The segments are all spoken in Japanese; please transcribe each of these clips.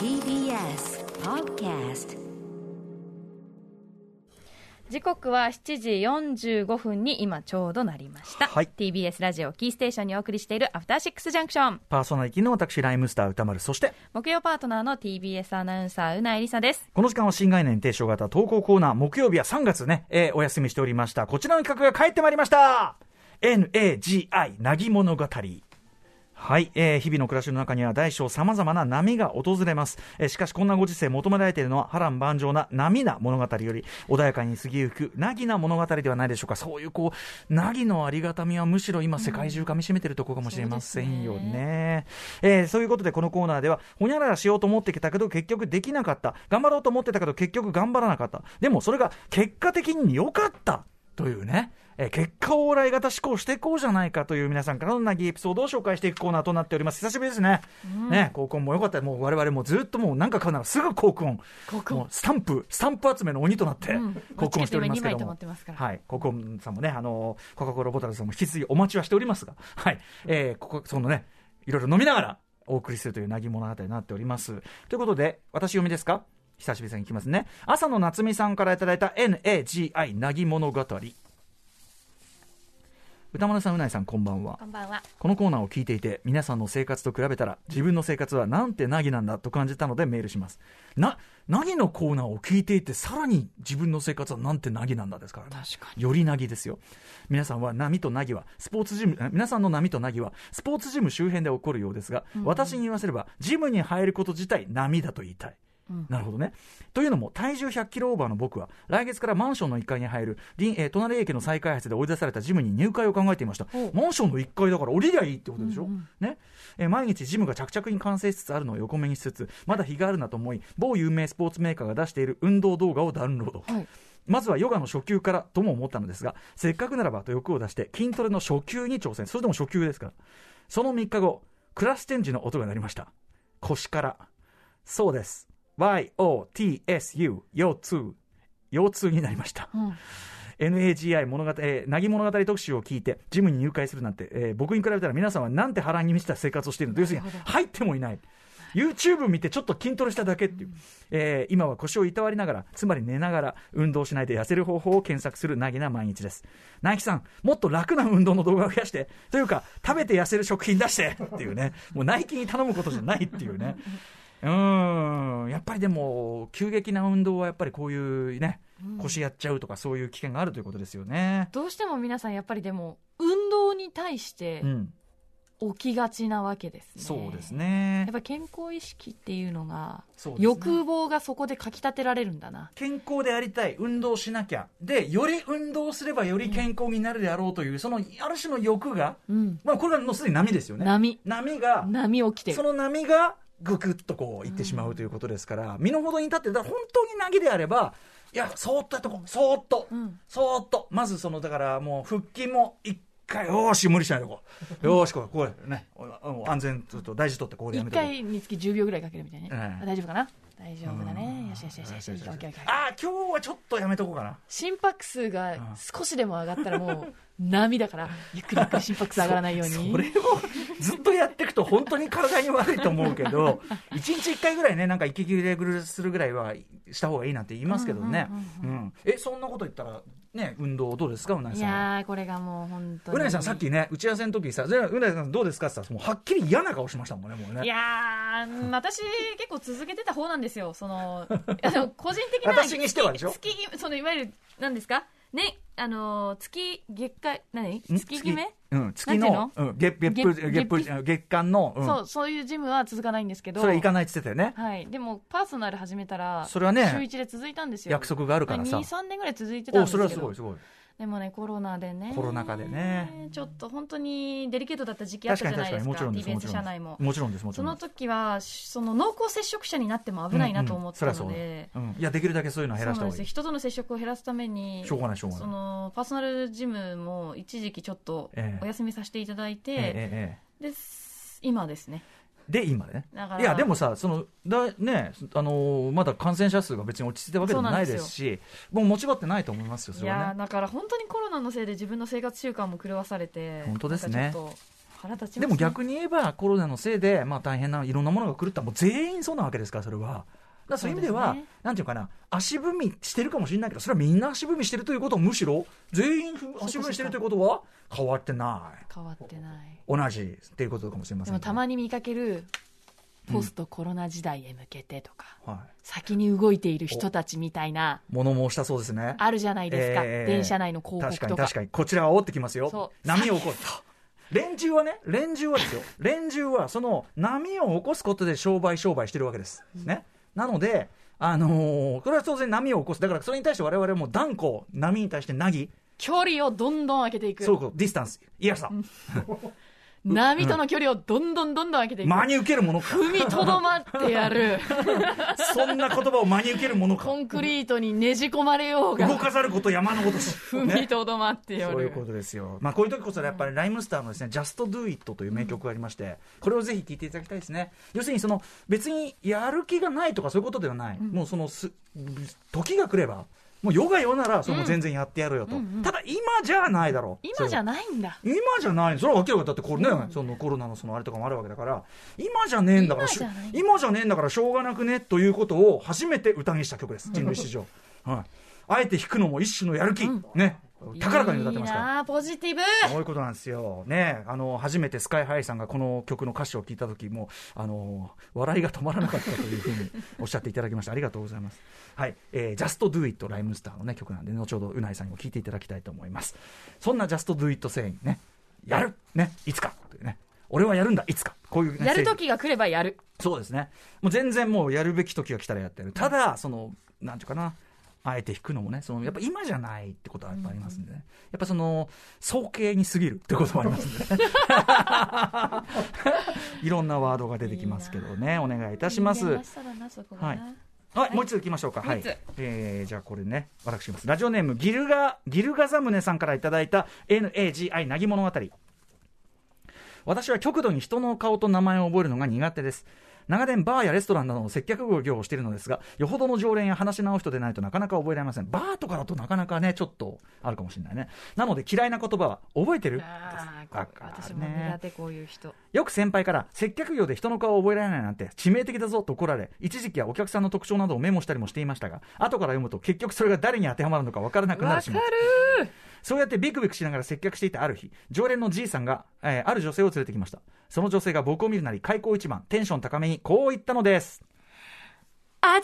TBS Podcast 時刻は7時45分に今ちょうどなりました、はい TBS ラジオキーステーションにお送りしている「アフターシックスジャンクションパーソナリティの私、ライムスター歌丸。そして、」木曜パートナーの TBS アナウンサーうなえりさですこの時間は新概念提唱型投稿コーナー、木曜日は3月ね、えーお休みしておりました。こちらの企画が帰ってまいりました !NAGI、なぎ物語。はい、えー日々の暮らしの中には大小様々な波が訪れます、えーしかしこんなご時世求められているのは波乱万丈な波な物語より穏やかに過ぎゆくなぎな物語ではないでしょうかそういうこうなぎのありがたみはむしろ今世界中かみしめてるところかもしれませんよね,、えーそういうことでこのコーナーではほにゃららしようと思ってきたけど結局できなかった頑張ろうと思ってたけど結局頑張らなかったでもそれが結果的に良かったというね、えー結果往来型思考していこうじゃないかという皆さんからのなぎエピソードを紹介していくコーナーとなっております。久しぶりですね。ね、高校も良かった。もう我々もずっともうなんか買うならすぐ高校校もうスタンプ、スタンプ集めの鬼となってうん、高校しておりますけこっち来て今二枚ど溜まもってます。からはい。高校さんもね、あのー、コカ・コーラボタルさんも引き続きお待ちはしておりますが、 はい。えーここ、そのね、いろいろ飲みながらお送りするというなぎ物語になっております。ということで、私読みですか久しぶりに行きますね。朝の夏美さんからいただいた NAGI なぎ物語。歌丸さん、うないさん、こんばんは。こんばんはこのコーナーを聞いていて皆さんの生活と比べたら自分の生活はなんて凪なんだと感じたのでメールしますな凪のコーナーを聞いていてさらに自分の生活はなんて凪なんだですからね確かより凪ですよ皆さんは波と凪はスポーツジムえ皆さんの波と凪はスポーツジム周辺で起こるようですが、私に言わせればジムに入ること自体波だと言いたいなるほどね。というのも、体重100キロオーバーの僕は、来月からマンションの1階に入る、隣えー隣駅の再開発で追い出されたジムに入会を考えていましたおう。マンションの1階だから降りりゃいいってことでしょ、ねえー毎日ジムが着々に完成しつつあるのを横目にしつつ、まだ日があるなと思い、某有名スポーツメーカーが出している運動動画をダウンロード。はいまずはヨガの初級からとも思ったのですが、せっかくならばと欲を出して筋トレの初級に挑戦。それでも初級ですから。その3日後、クラスチェンジの音が鳴りました。腰から。そうです。YOTSU、腰痛。腰痛になりました。ん NAGI 物語、えー、なぎ物語特集を聞いて、ジムに入会するなんて、えー僕に比べたら皆さんはなんて波乱に満ちた生活をしているの要するに、入ってもいない。YouTube 見てちょっと筋トレしただけっていう、えー今は腰をいたわりながらつまり寝ながら運動しないで痩せる方法を検索するなぎな毎日ですナイキさんもっと楽な運動の動画を増やしてというか食べて痩せる食品出してっていうねもうナイキに頼むことじゃないっていうねうーんやっぱりでも急激な運動はやっぱりこういうね腰やっちゃうとかそういう危険があるということですよね。どうしても皆さんやっぱりでも運動に対してうん、起きがちなわけですね、そうですやねっぱり健康意識っていうのがそうですね欲望がそこでかきたてられるんだな健康でありたい運動しなきゃでより運動すればより健康になるであろうという、そのある種の欲が、うんまあ、これがもうすでに波ですよね波波が波起きてそるの波がぐぐっとこう行ってしまうということですから、身の程に立ってだから本当に凪であればいやそーっとやっとこうそーっと、うんそーっとまずそのだからもう腹筋も一回よーし無理しないでこうよーしこうこうねおお安全ちょっと大事とってこれや一めてこう回につき10秒ぐらいかけるみたいね、ええ大丈夫かな大丈夫だねよしよしよしよしオッケーオッケーオッケーああ今日はちょっとやめとこうかな心拍数が少しでも上がったらもう 波だからゆっくりゆっくり心拍数上がらないよう そにれをずっとやっていくと本当に体に悪いと思うけ ど一日一回ぐらいねなんか息切れするぐらいはした方がいいなんて言いますけどねうんえそんなこと言ったらね運動どうですかうなぎいさんはやーこれがもう本当にうなぎさんさっきね打ち合わせの時さじゃあうなぎさんどうですかってさもうはっきり嫌な顔しましたもんねもういねやーうん私結構続けてた方なんですよそ のあの個人的な私にしてはでしょ月そのいわゆる何ですかねあのー月月会何ん月決めうん、月なんのてうん月月月月月月間の、うん、そうそういうジムは続かないんですけどそれ行かないって言ってたよねはいでもパーソナル始めたらそれはね週一で続いたんですよ約束があるからさ23年ぐらい続いてたんおですそけれどはすごいすごいでもねコロナでねコロナ禍でねちょっと本当にデリケートだった時期あっ確たかじにゃな確いかでにすもかディフェンちろんですもスち社ろ内んももちろんですもちそろんの時はその濃厚接触者になっても危ないなと思ったので、うんうんそりゃそうだうんいやできるだけそういうのはそう減らしなたんです方がいよい人との接触を減らすためにしょうがないしょうがないそのパーソナルジムも一時期ちょっとええお休みさせていただいて、えええです今ですねえで今ねだからいやでもさそのだねあのーまだ感染者数が別に落ち着いたわけでもないですしもう持ち場ってないと思いますよそいれはやーねだから本当にコロナのせいで自分の生活習慣も狂わされて本当ですねなんかちょっと腹立ちます、ね、でも逆に言えば、コロナのせいで、まあ、大変ないろんなものが狂った、もう全員そうなわけですから、それは。だからそういう意味では、そうですねなんていうかな、足踏みしてるかもしれないけど、それはみんな足踏みしてるということを、むしろ、全員ふ足踏みしてるということは、変わってない、変わってない同じっていうことかもしれませでんけもどたまに見かけるポストコロナ時代へ向けてとか、は、先に動いている人たちみたいない物申したそうですね。あるじゃないですか、えー電車内の広告確かとにか確かにこちらは煽ってきますよそう波を起こすと連中はね連中はですよ連中はその波を起こすことで商売商売してるわけです、ねなのであのーこれは当然波を起こすだからそれに対して我々も断固波に対してなぎ距離をどんどん開けていくそうこうディスタンスいやさ波との距離をどんどんどんどん開けていく、真に受けるもの か踏みとどまってや るそんな言葉を真に受けるものかコンクリートにねじ込まれよう動がかざること山のことし 踏みとどまってやる、そういうことですよ。まあこういう時こそやっぱりライムスターのですね、Just Do It という名曲がありまして、これをぜひ聴いていただきたいですね。要するにその別にやる気がないとかそういうことではない。もうそのす時が来れば、もう世が世ならそれも全然やってやろうよと。ただ今じゃないだろう。今じゃない。ないんだ今じゃないそれは明らかにだってこれね、そのコロナのそのあれとかもあるわけだから今じゃねえんだからし今じゃない今じゃねえんだからしょうがなくねということを初めて歌にした曲です人類史上、はい、あえて弾くのも一種のやる気、ね高らかに歌ってますからいいなあポジティブそういうことなんですよ。ね、あの初めてスカイハイさんがこの曲の歌詞を聞いた時もあの笑いが止まらなかったというふうにおっしゃっていただきました。ありがとうございます。はい、えー、Just Do It ライムスターのね曲なんで、後ほどうないさんにも聞いていただきたいと思います。そんな Just Do It 声にね、やるねいつかというね。俺はやるんだいつかこういうね、やる時が来ればやるそうですね。もう全然もうやるべき時が来たらやってる。ただ、その、なんていうかな。あえて弾くのもね、そのやっぱ今じゃないってことはやっぱありますんでね、やっぱその、早計に過ぎるってこともありますんで ね、いろんなワードが出てきますけどね、お願いいたします。人間らしさだなそこがなはいはい、もう一つ行きましょうか。はもうい一つ。えー、じゃあこれね、私います。ラジオネーム、ギルガ、ギルガザムネさんからいただいた NAGI なぎ物語。私は極度に人の顔と名前を覚えるのが苦手です。長年バーやレストランなどの接客業をしているのですが、よほどの常連や話し直す人でないとなかなか覚えられません。バーとかだとなかなかね、ちょっとあるかもしれないね。なので嫌いな言葉は、覚えてるあわあかるね私も苦手こういう人よく先輩から接客業で人の顔を覚えられないなんて致命的だぞと怒られ一時期はお客さんの特徴などをメモしたりもしていましたが後から読むと結局それが誰に当てはまるのか分からなくなるわしかまるうそうやってビクビクしながら接客していたある日常連のじいさんが、えーある女性を連れてきましたその女性が僕を見るなり開口一番テンション高めにこう言ったのです私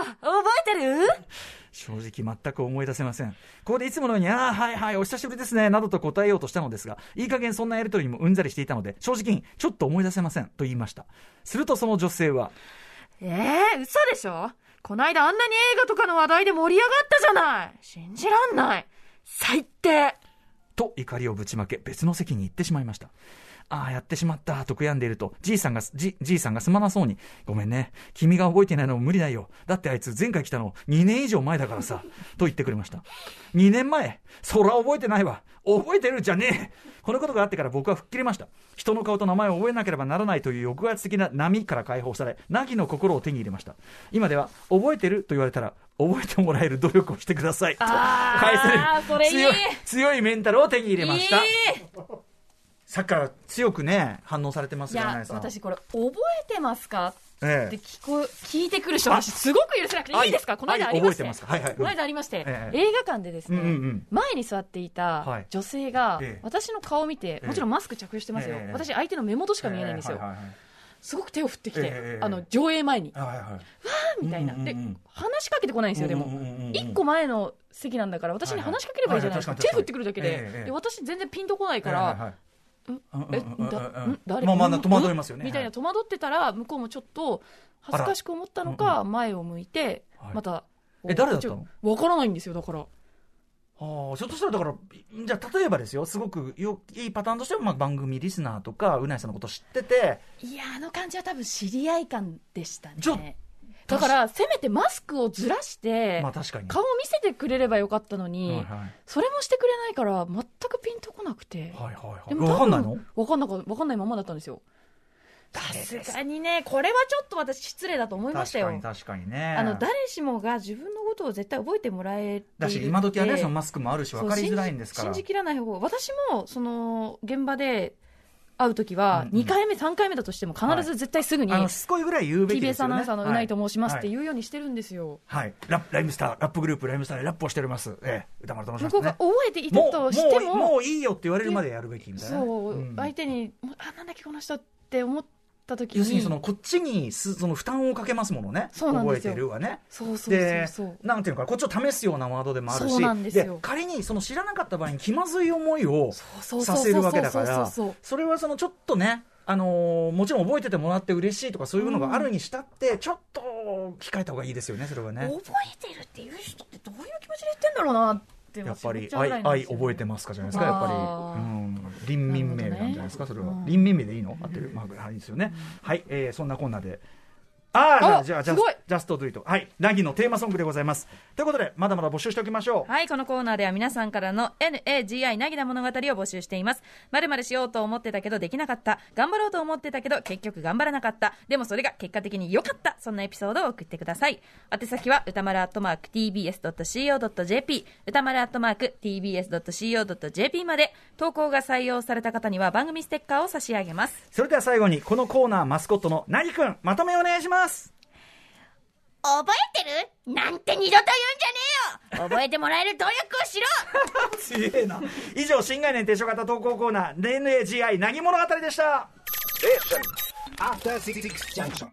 のこと覚えてる正直全く思い出せませんここでいつものように「ああはいはいお久しぶりですね」などと答えようとしたのですがいい加減そんなやり取りにもうんざりしていたので正直に「ちょっと思い出せません」と言いましたするとその女性はええ嘘でしょこないだあんなに映画とかの話題で盛り上がったじゃない信じらんない最低と怒りをぶちまけ別の席に行ってしまいましたああやってしまったと悔やんでいるとじいさんがじじいさんがすまなそうにごめんね君が覚えてないのも無理だよだってあいつ前回来たの2年以上前だからさと言ってくれました2年前そら覚えてないわ覚えてるじゃねえこのことがあってから僕は吹っ切れました人の顔と名前を覚えなければならないという抑圧的な波から解放され凪の心を手に入れました今では覚えてると言われたら覚えてもらえる努力をしてくださいとあー返せるそれいい強い強いメンタルを手に入れました、いいサッカーは強くね反応されてますいよやねさん私これ覚えてますかえってえ聞こ聞いてくる人あ私すごく許せなくてはいいですかこの間あはいりまし覚えててますかはいはいうんこの間ありまして、ええ映画館でですね、うんうん前に座っていはたい女性がええ私の顔を見て、えもちろんマスク着用してますよ、ええ私相手の目元しか見えないんですよ、はいはいはいすごく手を振ってきて、ええあの上映前にはいはいはいみたいな、うんうんうんで話しかけてこないんですよでも、うんうんうんうん一1個前の席なんだから私に話しかければいいじゃないですか、はいはい手振ってくるだけで,、はいはい確かにで私全然ピンとこないから、はいはいはいえうんうんだうんうんん誰まあまあうん戸惑いますよねうんみたいはない戸惑ってたら向こうもちょっと恥ずかしく思ったのあらか前を向いてはいまたえ誰だったの分からないんですよだからああひょっとしたらだからじゃあ例えばですよすごくよいいパターンとしては、まあ、番組リスナーとかうないさんのこと知ってていやあの感じは多分知り合い感でしたちょっねだからせめてマスクをずらしてまあ確かに顔を見せてくれればよかったのはいにはそれもしてくれないから全くピンとこなくていはいはいはいでもわかんないの分かんなか分かんないままだったんですよさすがにねこれはちょっと私失礼だと思いまし確たかよに確かにねあの誰しもが自分のことを絶対覚えてもらえているだしって今時はねそのマスクもあるしそう分かりづらいんですから信じ信じきらない方が私もその現場で会うときは、2回目、3回目だとしても、必ず絶対すぐに、あの、しつこいぐらい言うべきです TBS よアね。ナウンサーのうないと申しますっはてい言うようにしてるんですよ。はい、ラップライムスター、ラップグループ、ライムスターでラップをしております、ええ、歌丸と申しま向す、こうがね、覚えていたもうもとうしてもも、ういいよって言われるまでやるべきみたいなね、そう、ん相手に、もうあ、なんだっけ、この人って思った時に、要するにそのこっちにすその負担をかけますものね、そうなん覚でえすよてるはね。そうそうそうでそう、なんていうのかこっちを試すようなワードでもあるそうなんでしすよ仮にその知らなかった場合に気まずい思いをそうそさうそうせそるうわけだそかうそうらそう。それはそのちょっとね、あのーもちろん覚えててもらって嬉しいとかそういうのがあるにしたってちょっと控えた方がいいですよねそれはね。覚えてるっていう人ってどういう気持ちで言ってんだろうなってやっぱり思ちゃうぐ愛らいなんで愛すよ覚えてますかじゃないですかやっあぱーり、うん、林民名なんじゃないですか、なそるれほどはね林民名でいいの合ってるまあはいいいですよね、はい、えーそんなこんなであああじゃあじゃあすごいジャストドゥイトはいラギのテーマソングでございますということでまだまだ募集しておきましょうはい、このコーナーでは皆さんからの NAGI なぎな物語を募集しています。まるまるしようと思ってたけどできなかった。頑張ろうと思ってたけど結局頑張らなかった。でもそれが結果的に良かった。そんなエピソードを送ってください。宛先は歌丸アットマーク tbs.co.jp 歌丸アットマーク tbs.co.jp まで投稿が採用された方には番組ステッカーを差し上げます。それでは最後にこのコーナーマスコットのなぎくんまとめお願いします覚えてるなんて二度と言うんじゃねえよ覚えてもらえる努力をしろすげえな以上新概念提唱型投稿コーナー NAGI なぎ物語でした After Six Junction.